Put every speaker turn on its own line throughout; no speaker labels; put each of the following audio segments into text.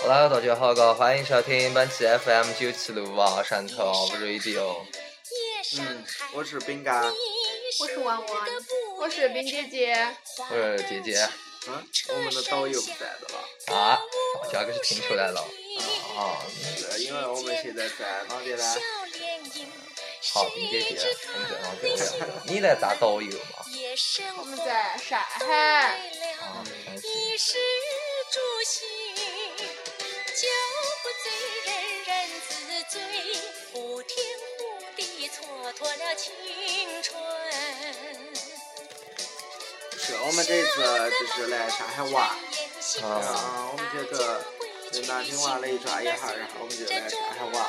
好啦，大家好个，欢迎收听本期 FM 九七六啊，汕头哦 Radio。
嗯，我是饼干。
我是婉婉，我是冰姐姐。
我是姐姐
嗯，我们的导游不在的了，
啊，大家可是听出来了啊。
是因为我们现在在哪里呢？
好，冰姐姐，我们在哪个聊聊？你在啊当导游嘛？
我们在上海，
啊，没事
是我们这次就是来上海玩，
啊
啊，我们觉得在南京玩了一转一下，然后我们就来上海玩。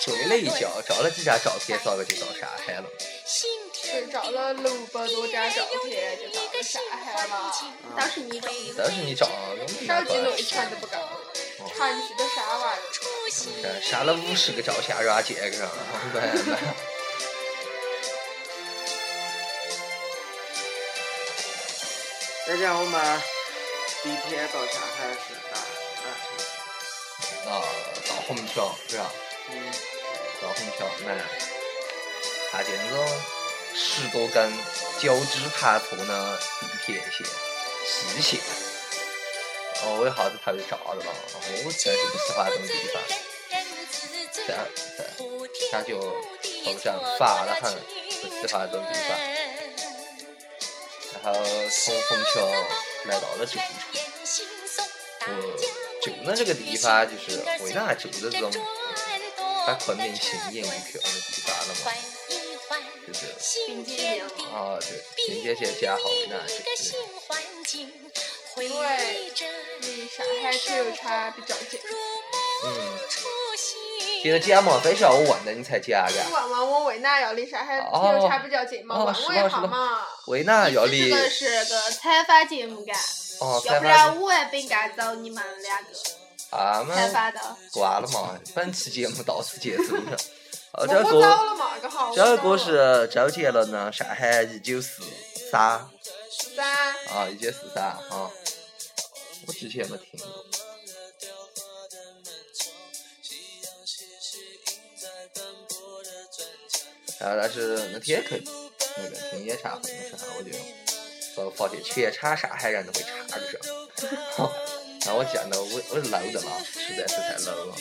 睡了一觉，照了几张照片，咋个就到上海了？
是照了六百多张照片，就到了上海了。
啊
但是你照
但是你照，你
手
那
机内
个
存都不够，长期的删完了。
删删了五十个照相软件，是吧？ 买买。
再见，我们第一天到上海是哪哪城市？
啊，到虹桥是吧？
嗯，
到虹桥买，它这种十多根交织盘错的地铁线细线，哦，我一下子拍不着了嘛，我真是不喜欢这种地方，在在感觉好像乏了很，不喜欢这种地方。然后从虹桥来到哦了旧城，我旧的这个地方就是回到旧的这种把昆明新演一漂的地方了嘛，就是
冰姐姐，
啊，对，今天先加好那就是
因为离上海旅游差比较近。
嗯，今天加嘛，非是我问的你才加
你
的，
问问我为哪要离上海旅游差比较近嘛？
哦
问
是
我
吧
一
是
下
吧
嘛。
为哪要
这
离？
个是个采访节目干，
哦，
要
采
不然
访
我也饼干找你们两个
俺
采
们
访的。
挂啊了嘛，本期节目到此结束了。哦，
我
这
我找
个
了嘛，刚好我
这
找
个
了
是周杰伦的《上海一九四三》
三，
啊，一九四三啊，我之前没听过。然啊后但是那天可那个听夜唱会那啥，我就我发现全场上海人都会唱这首。 然后我见到我我 low 的了，实在是太 low 了。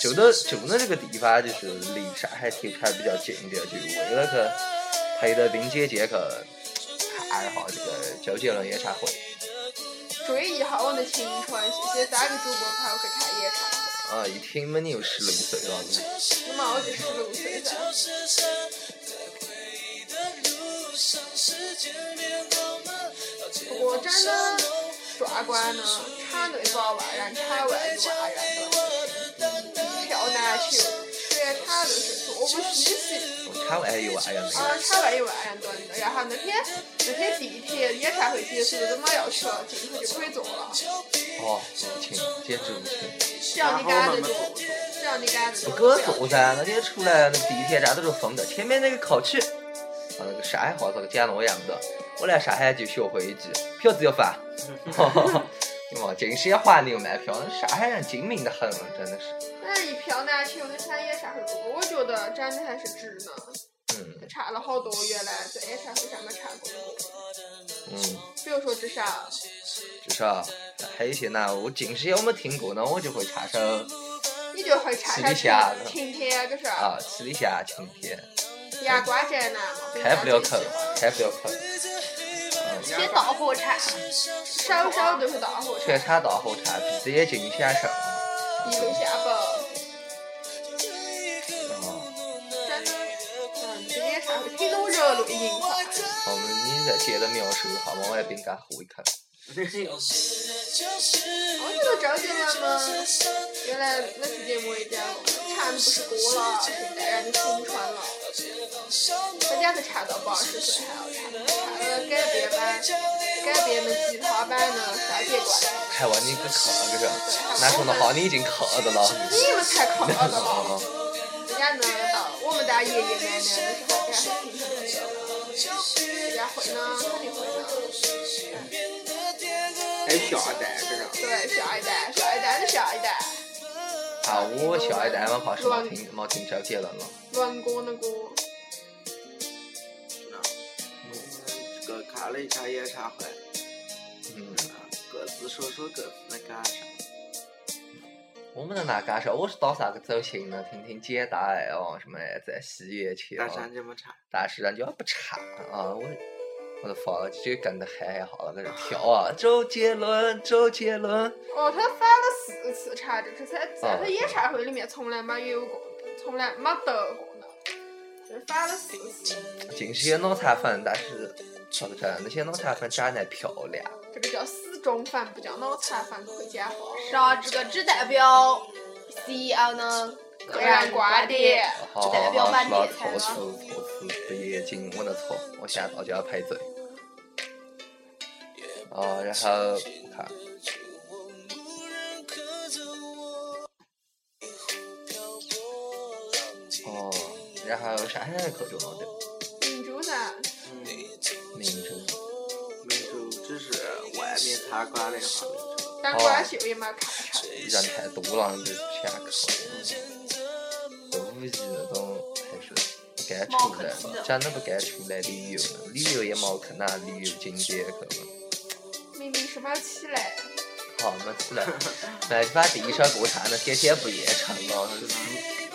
就那就那这个地方，就是离上海体育场比较近一点，就为了去陪着冰姐姐去看一下这个周杰伦演唱会。
追忆一下我的青春，谢谢三个主播陪我去看演唱会。
啊，一听嘛，你又十六岁了，
你妈，我就十六岁噻。不过真的壮观呢，场内八万人，场外一万人的，票难求，全场都是座无虚席。
我哎看完又完了。
啊，差了一万人多的，然后那天那天地铁演唱会结束了，怎么要去了，进去就可以坐了，
哦，无情，简直无情。
只要你敢得坐，只要你敢得
不够
坐。
坐噻，那天出来那个地铁站都是封的，前面那个靠区，啊，那个上海话咋个讲那样子？我来上海就学会一句，票子要发。哦你妈，尽是要花牛卖票，上海人精明的很，真的是。
但是一票难求，那场演唱会，不过我觉得真的还是值呢，
嗯
唱了好多原来在演唱会上面唱过的歌，
嗯，
比如说至少
至少还有一些呢，我尽是要没听过呢，我就会唱首
你就会唱
私底下
上
的
《晴天》个啥
啊，《七里香》《晴天》，
《牙关宅男》嘛，
开不了口，开不了口，嗯
先大合唱，首首都是大合唱
全，场大合唱，闭着眼睛享受。
一路下吧。
哦，
真的，嗯，这也啥会听懂热泪盈眶。
好，你再接着描述一下嘛，我也饼干喝一口。
我觉得周杰伦嘛，原来那期节目也讲过，唱的不是歌了，是代人的青春了。人家是唱到八十岁还要唱，唱了改编版，改编的吉他版的双截棍。
台湾你个客个人，南充的话你已经客的了。
你们才靠得了，
哦，
人家能到我们家爷爷奶奶的时候，人家还听他们的歌，人家会呢，肯定会呢。
还有小二代，这个
对，小二代，小二代的小二代，
啊，我小一代嘛，跑是冇听冇听周杰伦咯。
乱歌的歌，
是吧？嗯，这个看了一下演唱会，
嗯，
啊，各自说说各自的感受。
我们能哪介绍？我是到啥个走心呢？听听简单爱哦，什么在西乐去
大山
哦，
这么差，
但是人家不差啊，我。我都发了，就跟着嗨好了，在这跳啊！周杰伦，周杰伦，
哦，他翻了四次差这，可是在他演唱会里面从来没有过，从来没得过呢，就翻了四次，
尽是些脑残粉，但是说真的，那些脑残粉长得漂亮。
这个叫死忠粉，不叫脑残粉，客家话。
啊
啥这个只代表
CEO 啊呢？
个人观点。
好好
代
好，
表
说
班
到
底
错
才
处错处不严谨，我的错，我现在大家要赔罪。哦，然后我看，哦，然后上海的口中老的
民主噻，
嗯，
民族，
民族只是外面参观了一下民族，
当
哦
官秀也没看成。
人太多了，就下课。都无疑那种还是不该出来嘛，真的不该出来旅游呢，旅游也冇去哪旅游景点去嘛。
明明是没起来，
好，我们出来，买把第一首歌唱的天天不夜城哦。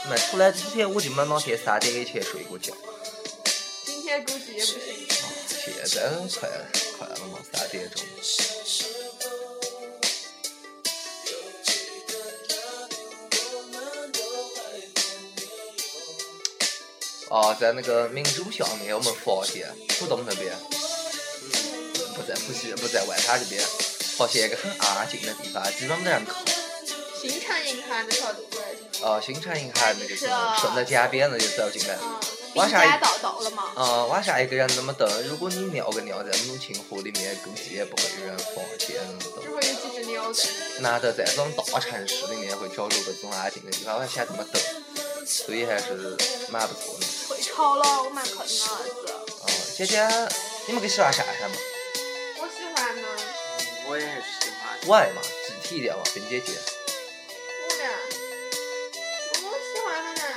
买出来之前我就没那天三点以前睡过觉，
今天估计也不行。
现在哦快快了嘛，三点钟。哦，在那个民族下面，我们发现浦东那边
嗯，
不在不是不在外滩这边，发现一个很安静的地方，基本没人口。
新城银行的小赌鬼，
哦，新城银行那个是顺着江边了就走进来。
啊，
晚
离
上
家到到了嘛？
啊，晚上一个人那么等，如果你尿个尿在母亲河里面，估计也不会有人发现那么
只
多。
会有几只鸟在。
难得在这种大城市里面会找到这种安静的啊地方，我现在这么等，所以还是蛮不错的。
会吵了，我蛮困了，是。
啊，姐姐，你们给喜欢上海吗？
我喜欢呢，
嗯我也是喜欢的。
我爱嘛，具体一点嘛，冰姐姐。
我呢，我喜欢的呢，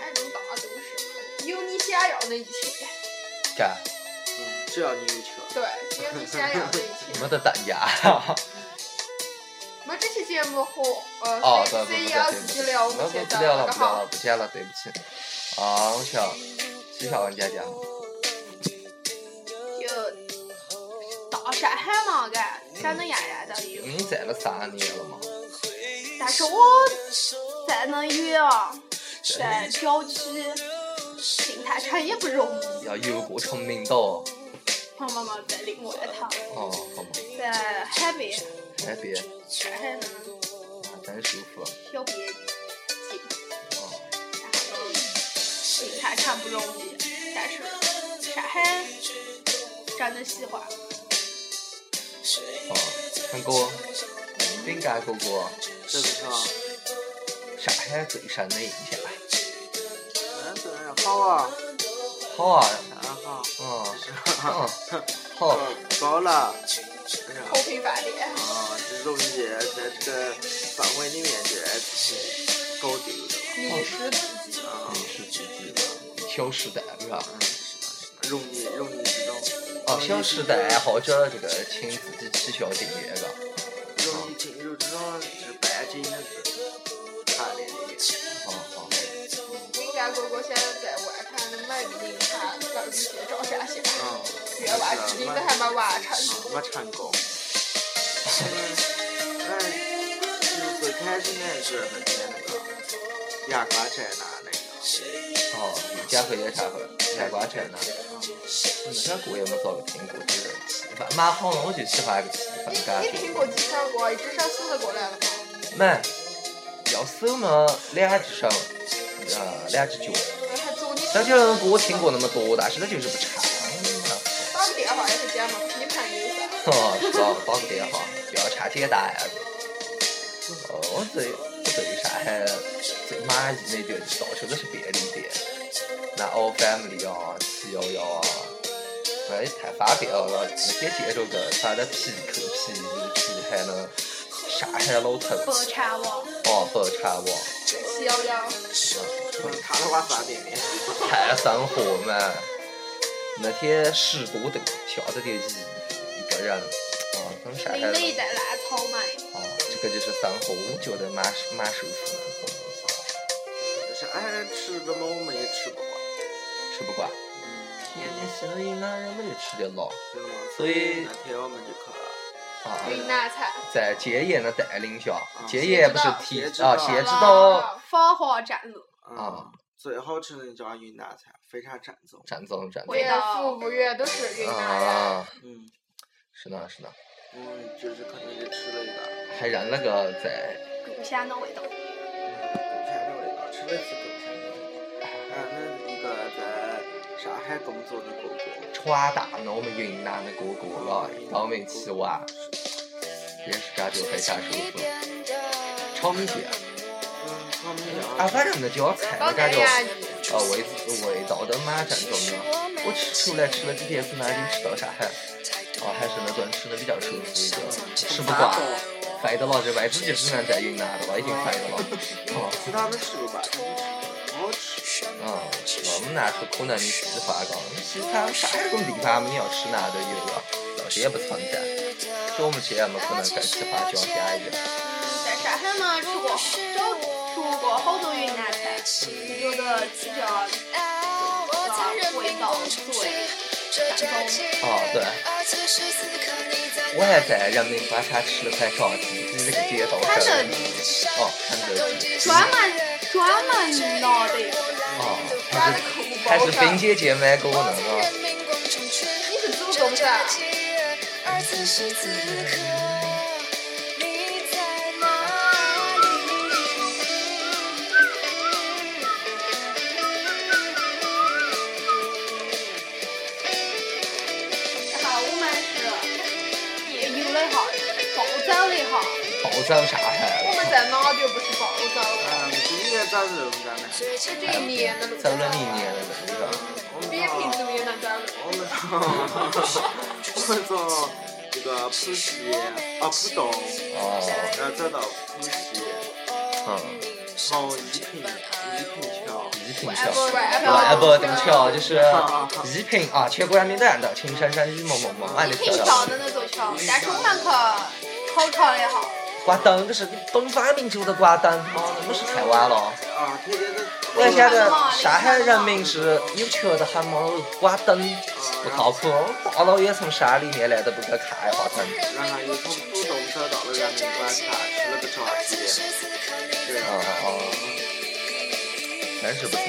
哎，这种大都市，有你想要的一切，
干，
嗯，只要你有钱，
对，有你想要的一
你
切。
们的等价。
没这期节目和
哦对，不
呃，，谁
不
谁
对，
也要
对
自
不
己
起，
聊，
不
们
不
先
不
到
聊了，
个
不聊
好
了，。不讲了，对不起。啊，我想，去小王家家。
就到上海嘛，嘎，长得样样的有。
你在了三年了嘛？
但是我在那远啊，在
哎
郊区进太城也不容易，
要游过崇明岛。
妈妈妈在另外一趟，
哦，好嘛，
在海边，
海边啊
上海呢
真舒服。
小边境，
哦，
然后进太城不容易，但是上海真的喜欢。
哦，很哥，饼干哥哥，
是不是啊？
上海最深的印象。
嗯，怎么样？好啊，
好啊，
当然好，
嗯
是
嗯
吧？，
好，
高了，是吧？
和平饭店，
啊，这东西在这个范围里面就还是搞定的
迷失自己。
吧？啊
你，是自己的小时代是吧？
嗯，是吧？容易容易这种，
哦，小时代爱好者这个请自己吃宵订阅个。
容易进入这种是半斤的产业里面。
好哦好，
应该哥哥现在在外滩的卖个银卡，搞一些照下线，
嗯，
越完指定都还没完成。
嗯，没成功。嗯，哎，就最开始那是那天那个牙膏在那那个，
哦，你家会演唱会，南瓜城呢？那个歌也没咋个听过，就是蛮蛮好的，我就喜欢这个气氛感
你你听过几首歌？一只手数得过来了吗？
买，要手嘛，两只手，呃，两只脚。
那还祝你
周杰伦的歌听过那么多，但是他就是不唱。
打个电话也是讲嘛，你朋友噻。
哦，打打个电话，不要唱简单呀。哦，我对我对上海最满意的一点就是到处都是便利店，那 All Family 啊，七幺幺啊，哎，太方便了，我天接触个啥啊的皮克、皮皮还能啥还老疼，
不差网，
哦，不差网，
七幺幺，
卡拉瓦萨点点，
太生活嘛。那天十多度，下着点雨，一个人，哦，从上海
你内在来草莓，
哦，这个就是生活，我觉得蛮蛮舒服的，
就是爱吃的嘛，我们也吃不惯，
吃不惯。天天现在云南人没有吃的辣
对吗？
所以
那天我们就去了。
啊，
云南菜，
在杰爷的带领下，
嗯
杰爷不是提
谁知道
啊，
谁
谁
也
知道
啊
繁华站路，
啊
嗯，最好吃的一家云南菜，非常正宗。
展总展
我
总
味
的
道
父母岳都是云南人，
啊，
嗯，
是呢是呢，
嗯，就是可能也吃了一个
还让那个在
故乡的味道。
嗯狗的味道，吃了一次狗片的味道。然后那一个在上海工作的哥哥，
川大拿我们云南的哥哥来到我们一起玩，也是感觉非常舒服。炒米线
嗯，他们
啊，
俩
反正那家菜
高
我感
原
觉
呀，你
呃味味道都蛮正宗的。我吃出来吃了几天是南京吃到上海，哦还是那顿吃的比较舒服一点，吃不惯。肥的了，这辈子就只能在云南的了，已经肥的了。哦，
其他的吃过吧，他们吃过好吃。
嗯，我们那时候可能你吃法高，你其他啥种地方你要吃哪都有啊，倒是也不存在。所以我们这样嘛，可能更喜欢家乡一点。
在上海嘛，吃过好多，吃过好多云南菜，有的比较就是味道最正宗。
哦，对，我还在人民广场吃了块炸鸡，你这个街道
它
上
的。
哦，看着鸡。
专门专门拿的，
哦，
抓
还
的
是
口
还
包
是
上
冰。姐姐买给我那个。
你是祖宗噻，
然后我们是夜游了一下，暴走了一下。
暴走上海
我们
了，
在哪就不是暴走了，
嗯，今年在龙岗呢。
这这一年的路
走了一年了，这个。
我们
扁平
从
足也能走路，
我们从我们从这个浦西啊浦东，
哦，
然后走到浦西，
嗯，
然后一平一平桥。
一平桥。
外
我还
婆
不登桥，就是
啊
宜平啊，全国人民都认得，青山山雨蒙蒙蒙，俺的
挺
晓
小
得。
的那座桥，但是我们去考察了一下，
挂灯，这是东方明珠的挂灯，妈的，我是太晚了。
啊，天天都
我还晓得上海人民是有钱的很嘛，挂灯不靠谱，大老远从山里面来都不给看一下灯。
然后又从浦东走到了人民广场，吃了个炸鸡，对
哦
啊，
哦，真是不错。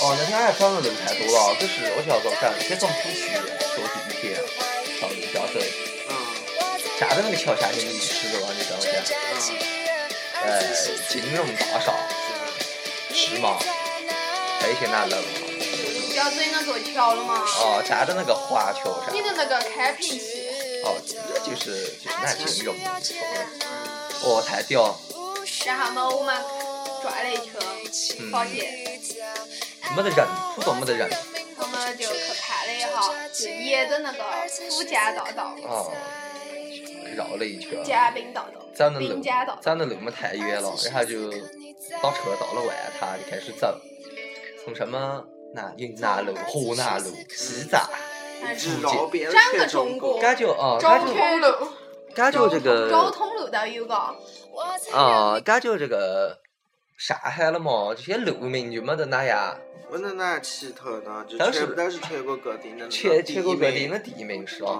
哦，那天还转的路太多了，可是我晓得咱先从浦西坐地铁到陆家嘴，
嗯
站在那个桥下就迷失了，你知道吗？
嗯，
呃，金融大厦世贸，还有一些那楼
不要追那座桥了嘛。
哦，站在那个华侨上
你，的那个开瓶器，
哦，这就是就是那金融，哦，太屌，
然后嘛，我们转了一
嗯
圈，发现
没得人，浦东没得人，
我们就去看了一下，就沿着那个福建大道、
哦，绕了一圈，
嘉宾大道、
走的
滨
路
江大道，
走的路没太远了，然后就把车到了外滩就开始走，从什么南云南路、河南路、西藏，
但是
只绕遍了
整个
全
中
中
国
国。
感觉哦，
中
感觉
通路，
感觉这个
交通路都有个，
啊，感觉这个上海了嘛，这些路名就没得那样，
我奶奶骑头呢，就
当时
全部都是全国各地的那个
全
第一
全国各地
名
的地名是吧？
啊，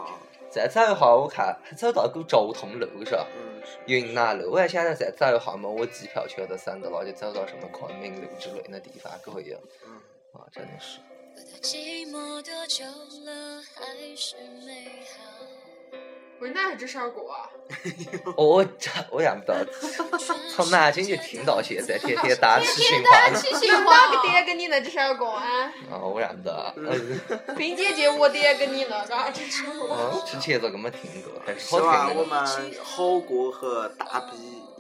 再走一下，我看还走到个昭通路是吧？
嗯，是
云南路，我还想着再走一下嘛，我机票全都省得了，就走到什么昆明路之类的地方可以了。
嗯，
啊，真的是，
云南还这首歌啊，
我我这我想不到，从南京就听到 现在，天天打起循环了。
其实我哪个点给你的这首歌啊？
啊，我想不到，嗯，
冰姐姐，我点给你了，嘎，这首歌。
嗯之前都个没听过，还是
希望
好
我
听的。
们好歌和大 B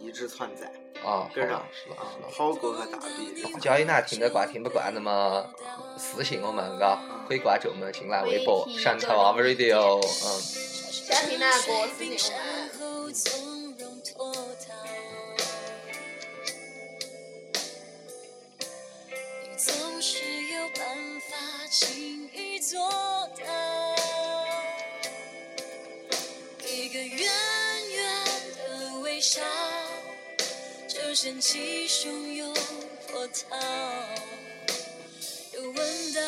一直存在。
哦，
对
好
的
吧，是吧
啊，
是吧。
好过和大比，
交易那停的挂停不挂，那么私信我们噶，可以挂住我们的新浪微博
微
上
信
头
各
o
种
v e r a d i o 嗯，
家庭那个私信我们。
总是有办法轻易做到。一个远远的微笑，就掀起汹涌波涛。又闻到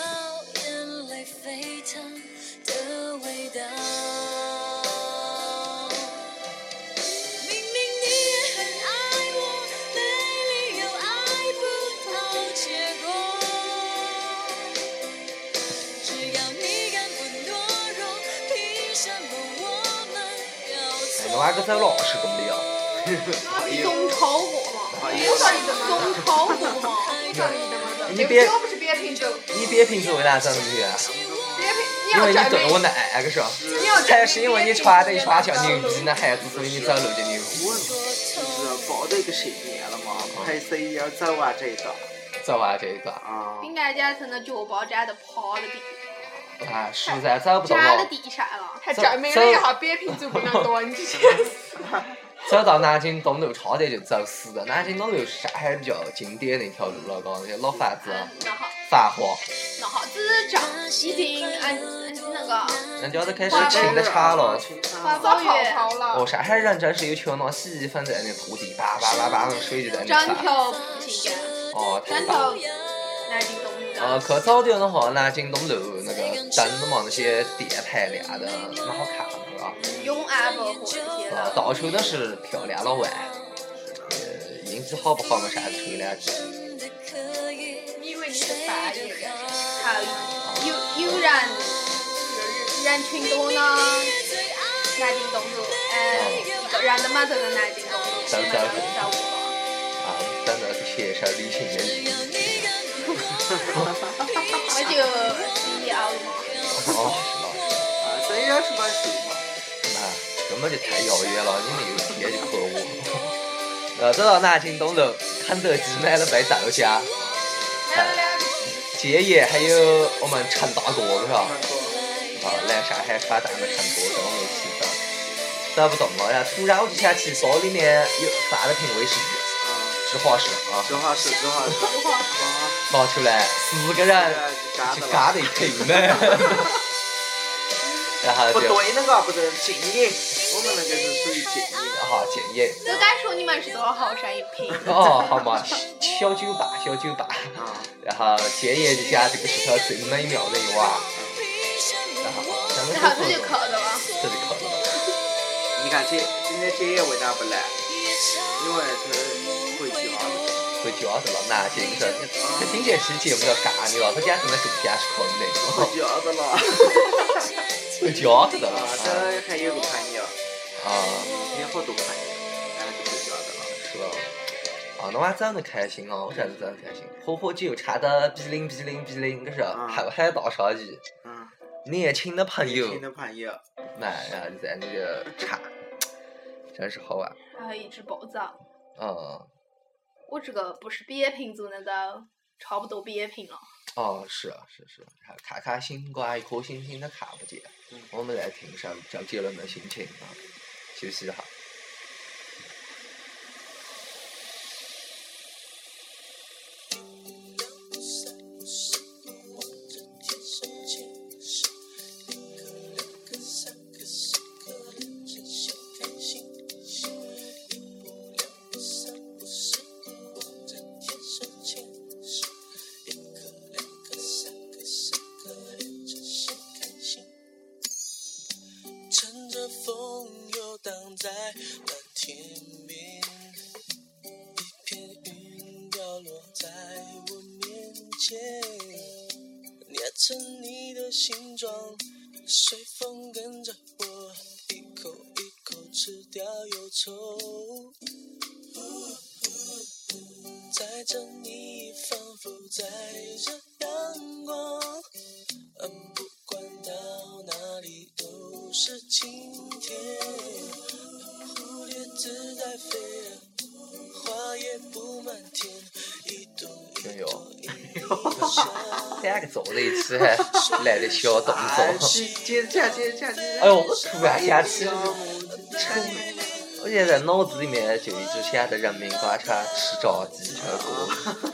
眼泪沸腾的味道。明明你也很爱我，没理由爱不到结果。只要你敢不懦弱，凭什么我们要
哎，
错
侬阿搿只老师搿么样？
总炒股嘛，
哎呦
我说你怎么总炒股嘛，我说你怎么的，
你别
又不是别品种，
你别凭着为哪张去啊？
别品，你
因
要
为你
转
懂
变
我奶，个是吧？
你要
才是因为你穿的一双小牛逼那鞋子，所以你走路就牛
我
逼。
是报的一个新年了嘛，还是要走完这一段
走啊这一段，
啊。
饼干家成了酒包粘的泡的地，
啊，实在走不动
粘
了
在。地上了。
他证明了一下别品种不能多，你这些。
走到南京东路超的就走死的，南京东路上海比较经典的一条路了，讲那些老法子、啊
然后，
繁华，
然后只是长已经按按那个
人家都开始请的差了。
花
早
苞
跑
月
头
哦，
了，
上海人真是有全拿洗衣粉在那拖地，叭叭叭叭那水就在那
整
擦。
条步行街，
哦，太
整
棒了。
条南京东路
呃，
的，
可早点的话，南京东路那个灯嘛，那些电牌亮的蛮好看的，是吧？
永安百货这些
啊，
的，
到处都是漂亮老外，呃，英语好不好嘛，啥子吹两句。
真的可以
你以为你是法语人？
还有有有人人群多呢，南京东路，呃，一个人的嘛，就是南京东路，
走走
走走走。
啊，等到写一首旅行的旅
我就一熬嘛，
哦，是吧？
啊，这也是蛮熟嘛。
那根本就太遥远了，你们有一天就和我。 呃，走到南京东路，肯德基买了杯豆浆，
来了两个，
杰爷还有我们陈大哥，是吧？
蛮多
啊，来上海耍蛋的陈哥跟我们一起走，走不动了，然后突然我就想起包里面有放了瓶威士忌，
啊，
芝华士啊，
正好是正好是。啊，
拿出来四个人
干
去
的
干
了。
了一瓶呢，然后
不
就哦
对，那个不对，敬业，我们那个是属于敬业。
啊建议，
都该说你们是多少毫升一瓶？
哦，好嘛，小酒吧，小酒吧，
啊，
然后建议就讲这个是他最美妙的一晚，啊然后咱们
然后这就
可
扣的了，
这就可以了，
你看姐，今天姐也为啥不来？因为她回家了。
回家的了，南京人，他听这期节目要干你了，他家真的是不讲是空的。
回家的了。
回家去的
啊，
了哎
这还有个朋友，
啊，
也好多朋友，然后就回家的了。
是吧？啊，侬还真的开心哦，我真的真开心。喝喝酒，查的比零比零比零，可是啊
啊
后海大杀机，
嗯，
年轻的朋友
年，轻的朋友，
妈呀，就在那个查，真是好玩。
然后一直暴躁。
嗯，
我这个不是毕业品组那个，差不多毕业品了。
哦，是啊是是，还看看星光，一颗星星都看不见。
嗯
我们来听一首周杰伦的心情啊，休息一下。
乘着风游荡在蓝天边，一片云掉落在我面前，捏成你的形状，随风跟着我，一口一口吃掉忧愁。呜呜载着你，仿佛载着阳光。嗯，不管到哪里都是晴天。蝴蝶自在飞了，花也布满天，一朵
听
一
友
朵一朵香。
三个走在一起还来的小动
哎，
作。
去接着唱，接着唱，接着
哎
唱。
呦，我突然想起，
哎呦，
我现在脑子里面就一直想着人民广场吃炸鸡唱歌，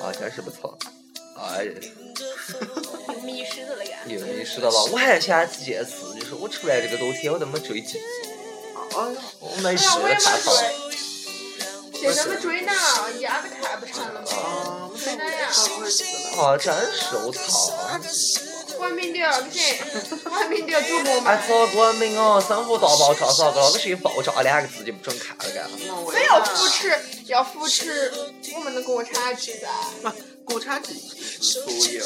好像是不错。哎呀，
有迷失的了 呀。
你们说到了，我还想起一次，就是我出来这个冬天，我都没追剧，
哎呦，
我没
哎
时
呀，我也
间
没
看好。
追，谁他妈追呢？一样都看不成了嘛。
啊，我
真的呀，
上会儿死了。
啊，真是我操！
外面的不行，外面的中国
俺
嘛，
操，国民哦，生活大爆炸，啥个那个谁爆炸两个字就不准看了，干。
我
所以要扶持，要扶持我们的国产剧的。
国产剧是可以哦，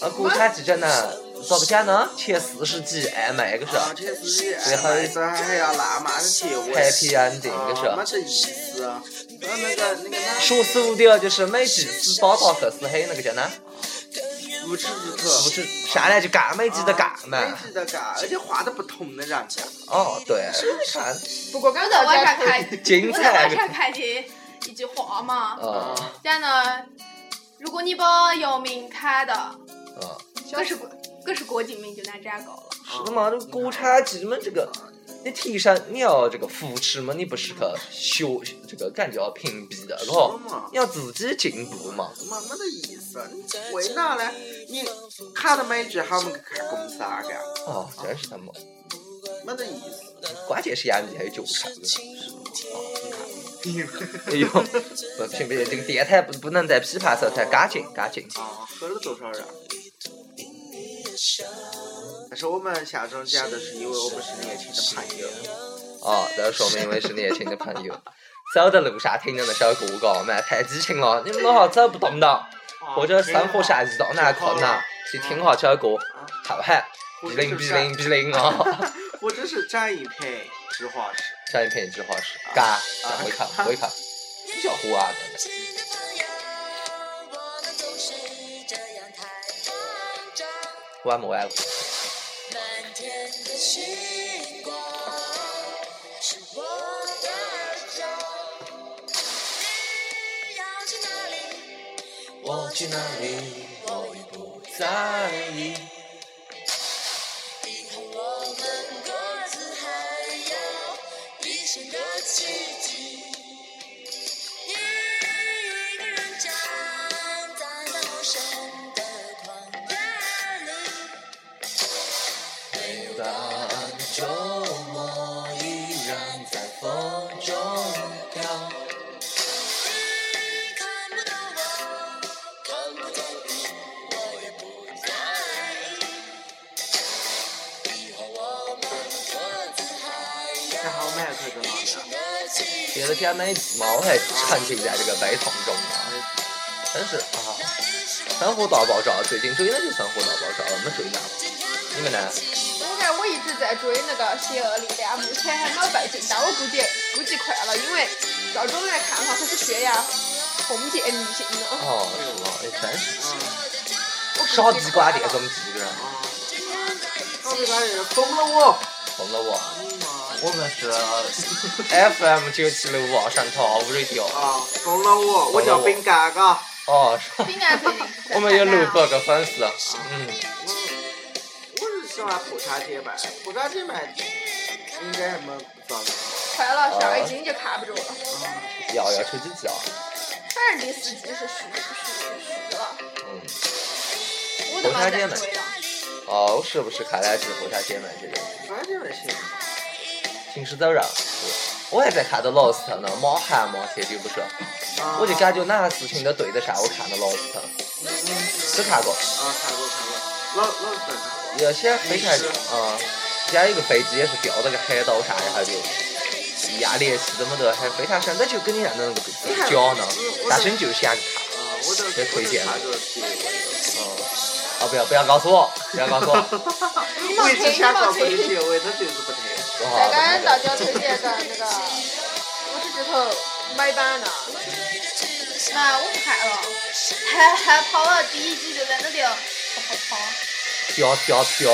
啊，国产剧真的咋个讲呢？前四十集哎妈，个是
啊，这自己哎，这还要浪漫的结尾，
happy ending，个
啊，没
是。
得意思。然后那个那个那
说俗点就是每集四包套克是还有那个叫哪？
不知不
不
觉，
是下来就干，每集都干嘛
没？记得干，而且画的不同的人家，
哦，对，看
不过刚才
在晚上
在
看，
精
我在晚
彩
上看的一句话嘛，
啊
讲呢，如果你把姚明砍的，
啊！
这是这是郭敬明就能站高了。
是的嘛，这个国产剧嘛，这个你提升你要这个扶持嘛，你不是个学这个感觉要屏蔽的，然后
是嘛
你要自己进步嘛。
没没得意思。你为啥嘞？你看的每句还没看公司啊个，
啊，真是他妈！
没得意思。
关键是伢子还有纠缠的。哎 呦，不屏蔽这个电台不不能再批判色彩，赶紧赶紧。
啊，喝了多少人？但是我们下周讲的是因为我们是年轻的朋友，
啊，这说明我们是年轻的朋友。走在路上听着那首歌，嘎，妈太激情了，你们老好走不动的，或者生活上遇到难困难，去啊听下这首歌，好不好？比零比零比零啊！
或者是占一片直化石。
上一篇一句话是，嘎，我一看我一看，你小胡啊，
是的朋友，我们总是这样太慌张。
玩没玩了？
漫天的星光是我的手，你要去哪里？
我去哪里，我已不在意。
以后我们各自还有一生的奇迹。你一个人站在陌生的旷野里。
没有答案，周末依然在风中飘。
你看不到我，看不见你，我也不在意。以后我们各自还
然后我们还有这个
有一生
老
的奇迹。
别的天没嘛，我还沉浸在这个悲痛中啊！真是啊，
那
嗯
一时光
生活大爆炸，最近追的就是生活大爆炸，我们追哪？
今天的
你们呢？
我感我一直在追那个《邪恶力量》，目前还没有被进，但我估计估计快了，因为照中来看的话，它是血压空间逆行的。
哦，是吗？哎，真是
我
少
估
地
计
瓜
快
点
了。
怎么几个人？
啊我们班人疯了我，
疯了我！我们是 FM 九七六网上头无瑞调
啊，疯了我，我叫饼干嘎，
哦，是
饼 干最近
我们有六百个粉丝，嗯，
嗯我是喜欢葡萄姐妹，葡萄姐妹应该没咋个，
快了，上一斤就看不着了。
要要抽几集啊？
反正第四季是虚虚虚了，
嗯，
我都没在追了。
哦，是不是看来是火柴姐妹这个？
葡萄姐妹行。
行尸走肉。我还在看的 Lost 呢，毛汗毛铁就不是，
啊
我就感觉哪个事情都对得上我看的 Lost，只看过，
啊，看过看过，老老是看过。
有些非常啊，人家有个飞机也是掉到个海岛上，然后就一呀联系怎么的，还非常深，那就跟你讲的那个讲呢，但是你就想看，
啊，我都
这推荐
我
了
都看过结尾
嗯，啊不要不要告诉我，不要告诉我，我
了。我一直想告诉你结尾，但就是不对。
好
再
不看
跟大
了
家推荐个那个《我是指头买版呢，
那我不看了，还还跑了第一集就在那里，跑跑跑，啊，
飘飘飘，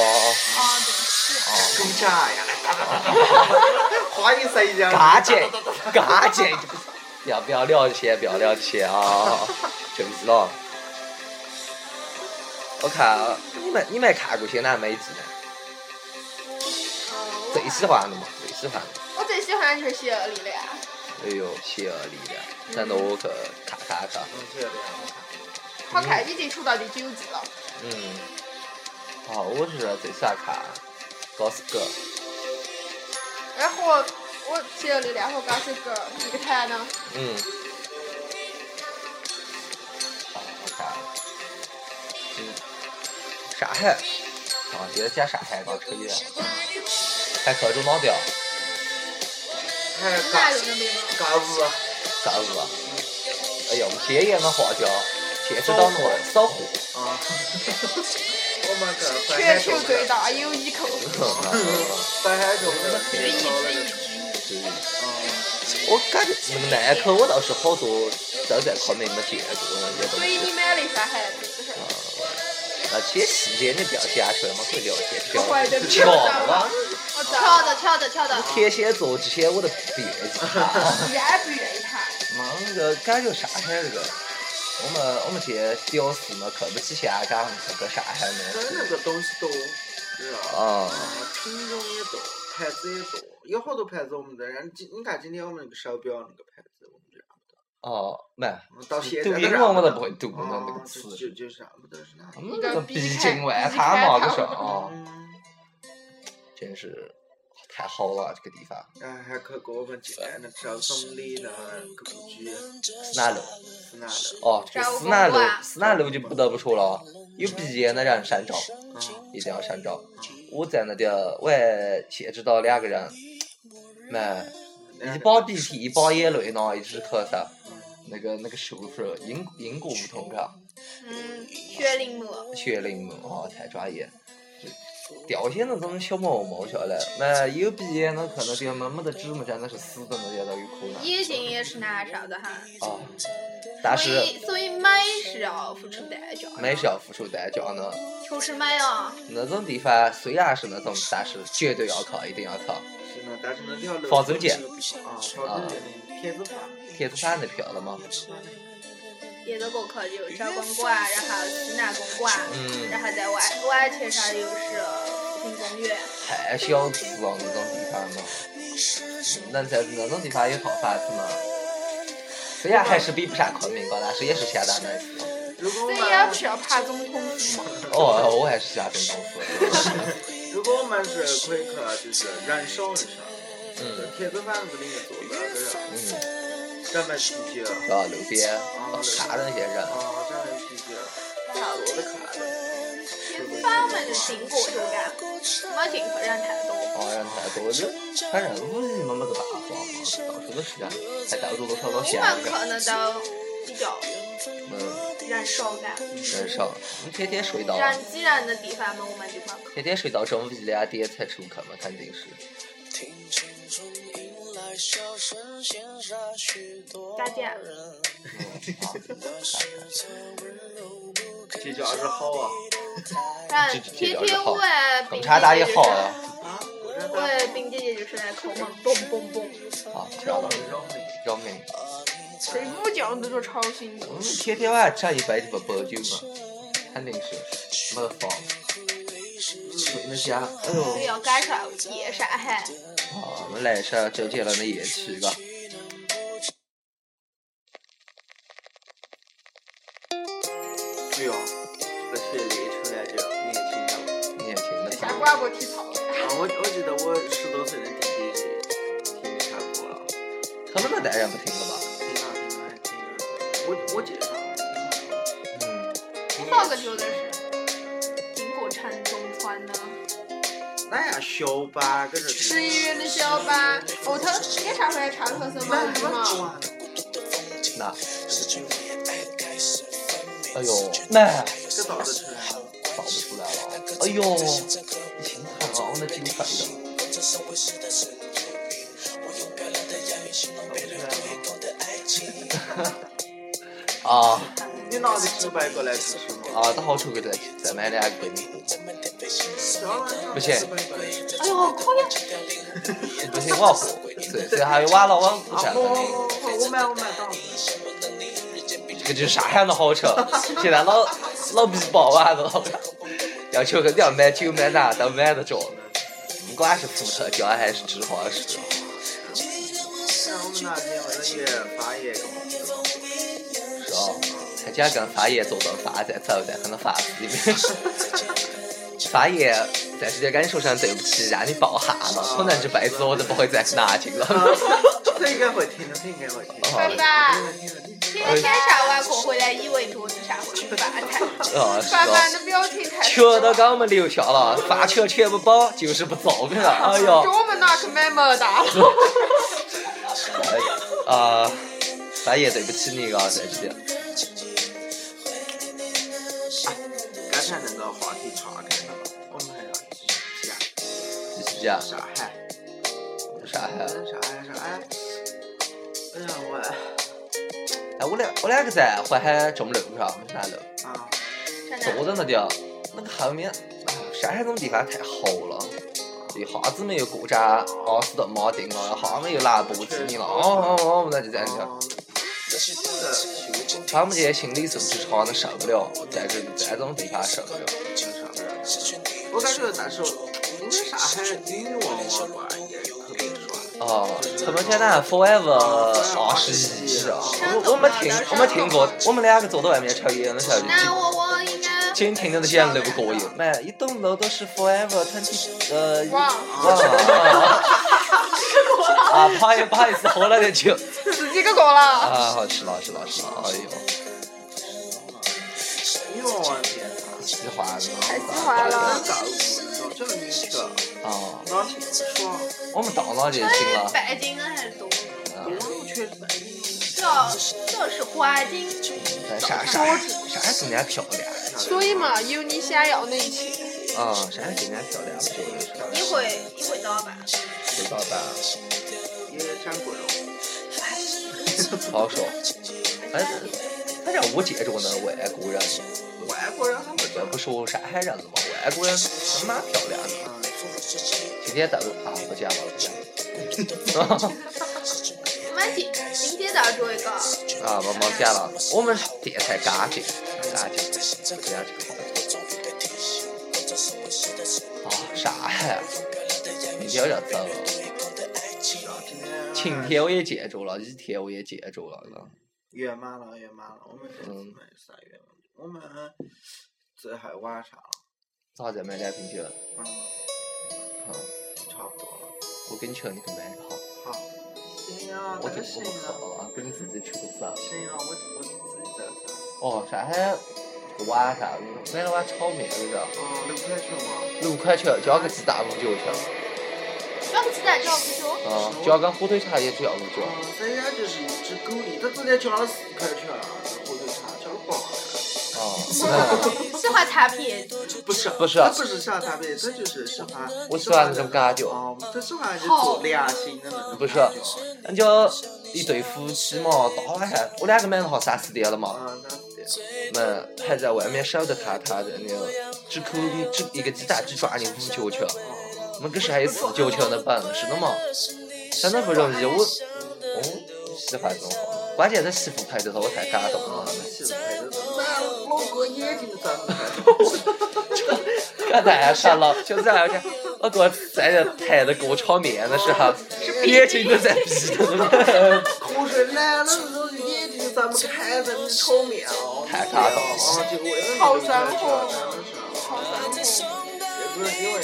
对不起，
干啥呀？花一声一下。
嘎紧嘎紧，不要不要聊这些，不要聊这些啊，就知道。我看你们你们看过《仙男美子》呢？最喜欢的嘛，最喜欢的。
我最喜欢的就是希尔里了呀。
哎呦，谢尔里的，等到我去看看看。
嗯，这个这样
好看，已经出到第九季了。
嗯，哦，我是最喜欢看高斯哥，
然后我希尔里，然后刚是个一个太阳呢，
嗯，哦，我看，嗯，上海，啊，觉得讲上海搞吹的，还刻住脑掉，
还有
哪
干
有那边吗？
干物啊，
啥子啊？哎呀，我们今天的话叫见识到我收 获。
啊我们这北海
全
中
球
的
最大优衣库，
北海中的
是一
天朝
只
的
一，只。
对
嗯，
我感觉你们南科我倒是好多都在看没没见过那些东
所以你
西。
买了一双鞋子，就是
那些细节你不要讲出来嘛，会聊天 比较
我怀着
巧 啊。
我
敲
操，
的敲的敲的，
天蝎座这些我都不愿意看。
愿不愿意看？
妈，那个感觉上海这个，我们我们这些屌丝嘛，看不起香港这个上海
咱
呢。
那个东西多，知道吧？
啊，
啊，品种也多，牌子也多，有好多牌子我们的。人今你看今天我们那个手表那个牌子，我们这样不得，
哦，没，
我们到现在
读
都
英
认
文我
得
都不会读呢那
啊
个
就
词。
就就是认不得是哪
我
里。
们这个逼近外滩嘛，这是啊，
嗯，
真是太好了这个地方。
然后还去给我们今天的赵总理呢，歌剧
斯南路，
是哪的？
哦，这个斯南路，斯南路就不得不说了，啊有毕业那让删照，
嗯，
一定要删照。我在那点，我还限制到两个人，那一把鼻涕一把眼泪呢，一直咳嗽。那个那个叔叔，英英国梧桐嘎，
嗯，薛林木，
学龄嘛，哦，太专业。就掉些那种小毛毛下来，那有毕业那可能就没没得纸嘛，真的是死的那些都有可能
眼睛也是难受的哈。
啊。但
所
是
以，所以买是要付出代价的，
买是要付出代价呢。
确实买啊。
那种地方虽然是那种，但是绝对要靠，一定要靠。
是呢，但是那条路
房租见
啊，房租见的骗子法，
嗯
铁子山的票了吗？
别的顾客就是找公馆，然后西南公馆，
嗯
然后在外外切上就是复兴公园。
太小资了那种地方嘛。那在那种地方有套房子嘛？虽然还是比不上昆明高，但是也是相当 nice 的。
如果我
所以
们啊
也不是要爬总统府嘛。
哦，我还是想跟当时。
如果我们是可以去就是燃烧一下，
嗯
铁子房子里面坐着这样，
嗯，
专门啤酒，
然后路边哦看着那些人
啊，，专门啤酒，坐着看着，
房门的经过就感，没进去人太多。
哦人太多就反正五一没没得办法嘛，到处都是人，还到处都吵到
我
香
们
港，
可能都比较
嗯，
人少感，
人少，你天天睡到。
人挤人的地方嘛，我们就没去。
天天睡到中午一两点才出去嘛，肯定是。
听青春迎来笑声，羡煞许多
再见
人。
嗯
这叫二十好啊，
但天天我
啊
冰
警
姐
察打也
姐
好
就是
啊，
啊，我这
我的冰姐姐就是来抠门，嘣嘣嘣，
啊，知道了，
肉美，
扰民。
睡午觉都说吵醒
我
你。
们天天晚上吃一杯就不白酒嘛，肯定是没得法。睡那些，哎呦，
我要感受夜上海。
啊，我们来一首周杰伦的《夜曲》吧。
哎呦，这雪里出来这年轻的。
你也听得
下
到？
广播体操，
啊，我我记得我十多岁的弟弟听唱歌了，
他们那代人不听了吧？
听啊听啊还听啊，我我介绍，
嗯，
那个觉得是经过城中川的。
那呀小吧，搁这
十一月的小哦巴，后头演唱会唱的是什么
什
歌嘛？
么
那，哎呦，那
这倒是出来了，
找不出来了。哎呦，你心疼啊，我那精彩的。 啊
你拿着几百过来是什么？
啊，到好处给再再买两个给你。不行，
哎呦，可以！
不行，我要回。所以所以还有完了，我我
啊
站
不
着
不
你。
不不，我买我买到了，
这就是上海的好吃，现在老老逼爆满了，要求个要买酒买哪都买得着，不管是伏特加还是芝华士。
然后我们那天我那个发爷跟我说，
是啊，他家跟发爷做顿饭，再走在可能发子里面。发爷在直接跟你说声对不起，让你抱下了，可能这辈子我都不会再去南京了。
他应该会听的，他应该会听。
好
拜拜。
的
今天啥外婆回来一问桌子上回去饭菜，
啊，是
凡凡
啊，
的表情太
钱都给我们留下了，饭钱全不保，就是不造给了。哎呦
这，我们哪去买没得了？
哎啊，发爷对不起你啊，在这里。
刚才那个话题岔开了，我们还要讲
就是这样，
上海，
上海啊。
上海，上海。哎呀我
哎，我两我两个在淮海中路上，我们南路
啊，
坐着那地儿，那个后面，哎呀，上海这种地方太好了，一下子没有各家奥斯顿马丁了，一下没有兰博基尼了，哦哦哦，那就这样子。
哦
就他们这些心理素质差的受不了，在这在这种地方受不了。
我感觉那时候应该上海女娃娃吧，也特别帅。
哦，他们现在 Forever 二十一啊，我我没听我没听过，我们两个坐在外面抽烟的时候就听
那我我应该
仅听到那些人流过瘾，买一栋楼都是 forever twenty 呃
哇
哇啊，不好意思，不好意思，喝了点酒
十几个过了，
啊，好吃了，好吃了，好吃了，哎呦，
女娃娃变大，
喜欢了，
太喜欢了。
搞不懂，这女的，
啊，
哪挺爽。
我们到哪就行了，
拜金的还是多，
啊
我去，
这这是花金，
但啥啥啥还更加漂亮，
所以嘛，有你想要的一切。
啊，啥还更加漂亮，我觉得是，
一会一会到吧？
不知道吧，
也长贵了。
不好说，反正反正我接触的外国人，
外国人他们
这不说上海人了嘛，外国人他妈漂亮的。今天到啊，不讲了，不讲了。
我们今今天到这一个。
啊，不不讲了，我们电台干净，干净，不讲这个话题。啊，上海，明天我就走了。晴天我也接住了，雨天我也接住了。
约满了，约满了，我们这次
嗯
没啥约满，我们最后晚上了，
咋再买两瓶酒？
嗯，
啊，
差不多了。
我跟你去，你去买就好。
好，行啊，
我就
那个
我
行
不
啊，
喝了，跟你自己去个走。
行啊，我我自己走。
哦，上海这个晚上啊买了碗炒面，就是
哦，六块钱嘛，
六块钱，加个鸡蛋五角钱。
要不鸡蛋要不说，
啊，加个火腿肠也只要五角。
哦，人家就是一只狗，一个直接交了四块钱，火腿肠交了八块钱。
啊，嗯
喜欢擦皮，
不是
不是
他不是想他别，他就是喜欢。
我喜欢这种感觉。
哦，他喜欢就做良心的那种。
不是，人家一对夫妻嘛，大晚上我两个买了哈三四点了嘛，
啊，那是
们还在外面守着他，他在那个只扣你只一个鸡蛋只抓你五角钱，我们可是还有四角钱的本事的嘛，真的不容易。我，哦，喜欢这种话，关键他媳妇陪着他，我太感动了。
媳妇陪着咱老哥眼睛长得快。
刚才上了，就在那天，我哥在那抬着锅炒面的时候，眼睛都在闭着了。
口水来了，都是眼睛咱们看着你炒面哦，
太尴尬了
啊，就为了
好酸
苦，
哦
好酸苦，也不是因为啊，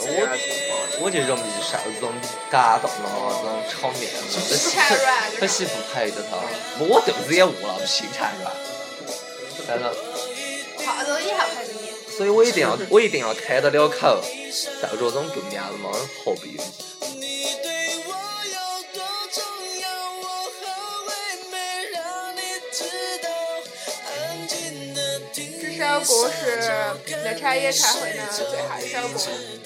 这样情况，
我就容易受这种感动了，这种场面了。他媳
太
妇，他
软了。
媳妇陪着他，我肚子也饿了，心太软。真的，
好多以后还是你，
所以我一定要，我一定要开得了口，照着这种姑娘子嘛，何必？
你对我有多重要？我后悔没让你知道。安静的听
这首歌是那茶野茶会的最后一首歌，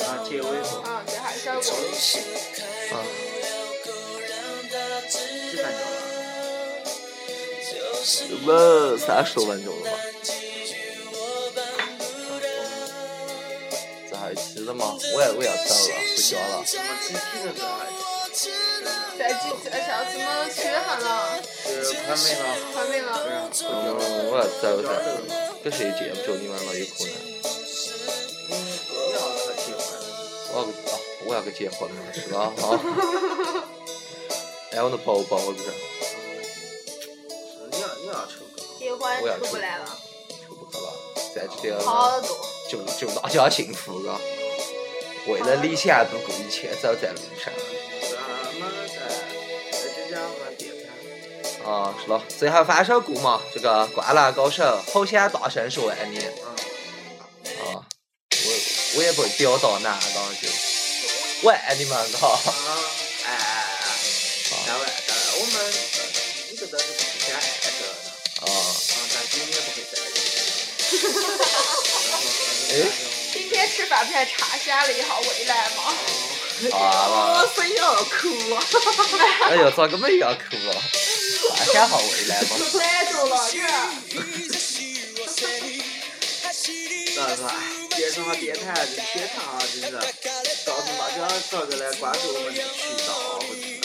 啊，结尾了，
嗯，最后一首歌。
啊，
几分钟了？
有没呃三十多分钟了吧？最后一期了嘛，我也我要走了，回家了。
我们集体的在，
再见，下次我们去喊了。
完美了，
完美了。
对啊，
哦，我操我操，搿是有节目做你妈妈有可能，
不要和结婚，
我要哦，我要去结婚了是吧？好，哎，我的包包子，
你要你要出国，
结婚出不来了，
出不去了，在这条
好多。
就就大家幸福个，为了理想不顾一切走在路上。
咱们在在这家我们点餐，
啊，是咯，最后放一首歌嘛，这个《灌篮高手》，好想大声说爱你
嗯，
啊！我我也不会表达哪个就，我爱你们个
啊，哎哎哎，当然当然，我们你这个是不加爱的，
啊！
啊，但是你也不会在
哎
意。
今天吃饭菜查虾了，也好回来吗？
好啊，
声音要哭啊！
哎呦，咋个没要哭了？大家好未来嘛，
逮住了，这
那是吧？介绍下电台，就宣传啊，就是告诉大家早个来关注我们的渠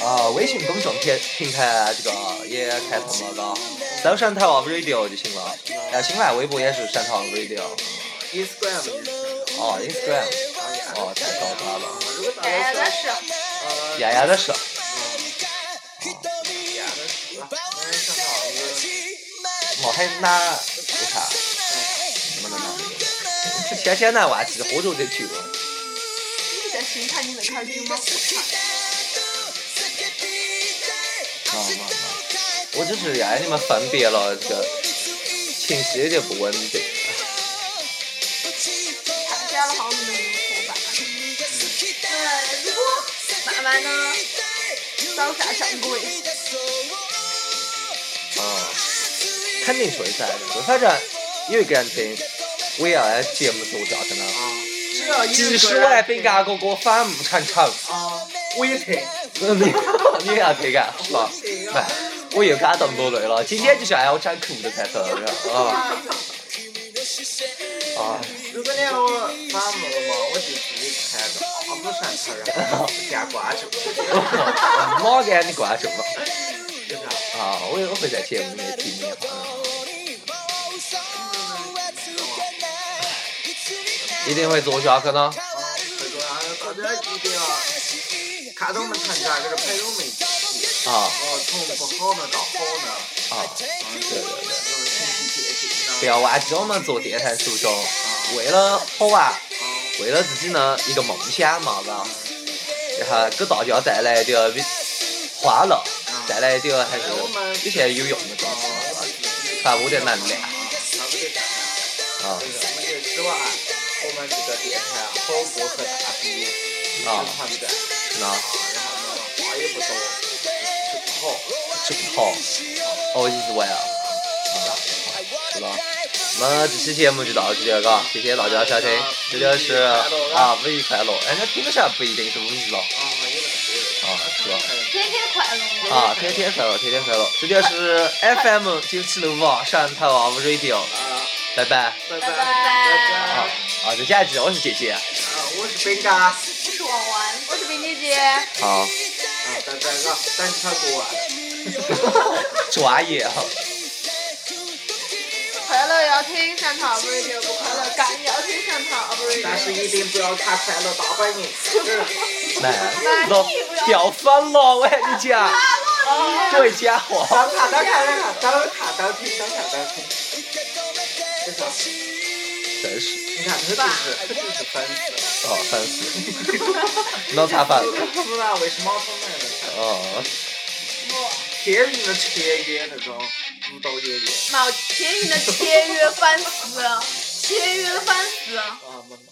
道啊，或
啊，微
者是哪
信公众平平台这个也开通了个，搜“山台湾 radio” 就行了。然后新浪微博也是“山台湾 radio”，
Instagram 就是
哦，Instagram，哦，太高大了，
啊，如果大
哎呀，
家
那
想
是
呃，
丫丫的事。
呀的是吧？那上到一个
冇还拿我看，没得拿。前天那娃其实好久就去过，
你在新看你能看病吗？
啊嘛嘛。我只是让你们分别了，这个情绪有点不稳定。
查虾了，好像没有头发。
呃，如果妈妈呢，
当下掌柜，
啊，肯定水噻，就反正有一个人听，我也要节目做下去了。
啊，只要一
即使
个
我来
人
饼干哥哥反目成仇，
啊，我也听，
你你也要听啊，是吧？哎，我又感动落泪了。今天就是哎，我想哭的才对啊啊！
如果连我发木了嘛，我就直接开个阿布山头，然后加关注，
我给你关注了。
对吧？
啊，我也我会在节目里面听你。嗯一定会做下去呢。
最重要的，大家一定要看到我们参加，就是陪我们一起。
啊
哦，从不好呢到好呢，
啊，对对对，
我们身体健康
不
呢，
要忘记我们做电台初衷，啊为了好玩，为了自己呢一个梦想嘛，嘎，然后给大家带来一点欢乐，带来一点还是有些有用的东西嘛，啊嘎，传播点能量
差不多这样。
啊
这个我们就希望我们这个电台啊，好过很大逼，
啊
宣传的，
那
啊，然后呢话也不多，就是吃不好。
这不好，好意外啊，啊，是吧？那么这期节目就到这里了，嘎，谢谢大家收听，这就是啊五一快乐，哎，那听的时候不一定是五一了。
啊，有点有点。
啊，是吧？
天天快乐吗？
啊，天天快乐，天天快乐，这就是 FM 九七六五上台湾 Radio，
啊，
拜拜。
拜
拜
拜，
啊
拜
拜。
啊，再见一次，我是姐姐。
啊，我是饼干，啊，
我是王王，
我是冰姐姐，
好，
拜拜个，但是他过完了。
专业哈。
快乐要听上头，不是就不快乐，干也要听上头，不是就
但是一定不要看快乐大本营，
那老掉粉了，我跟你讲，啊
哎
这位家伙。
当看当看当看当看当听当看当听。这啥？
真是，
你看他就是他就是粉丝，
哦，粉丝，脑残粉。
不知道为什么他们的
哦，
天运的签约那种舞蹈演员
毛签约的签约翻死，签约翻死。
啊，没没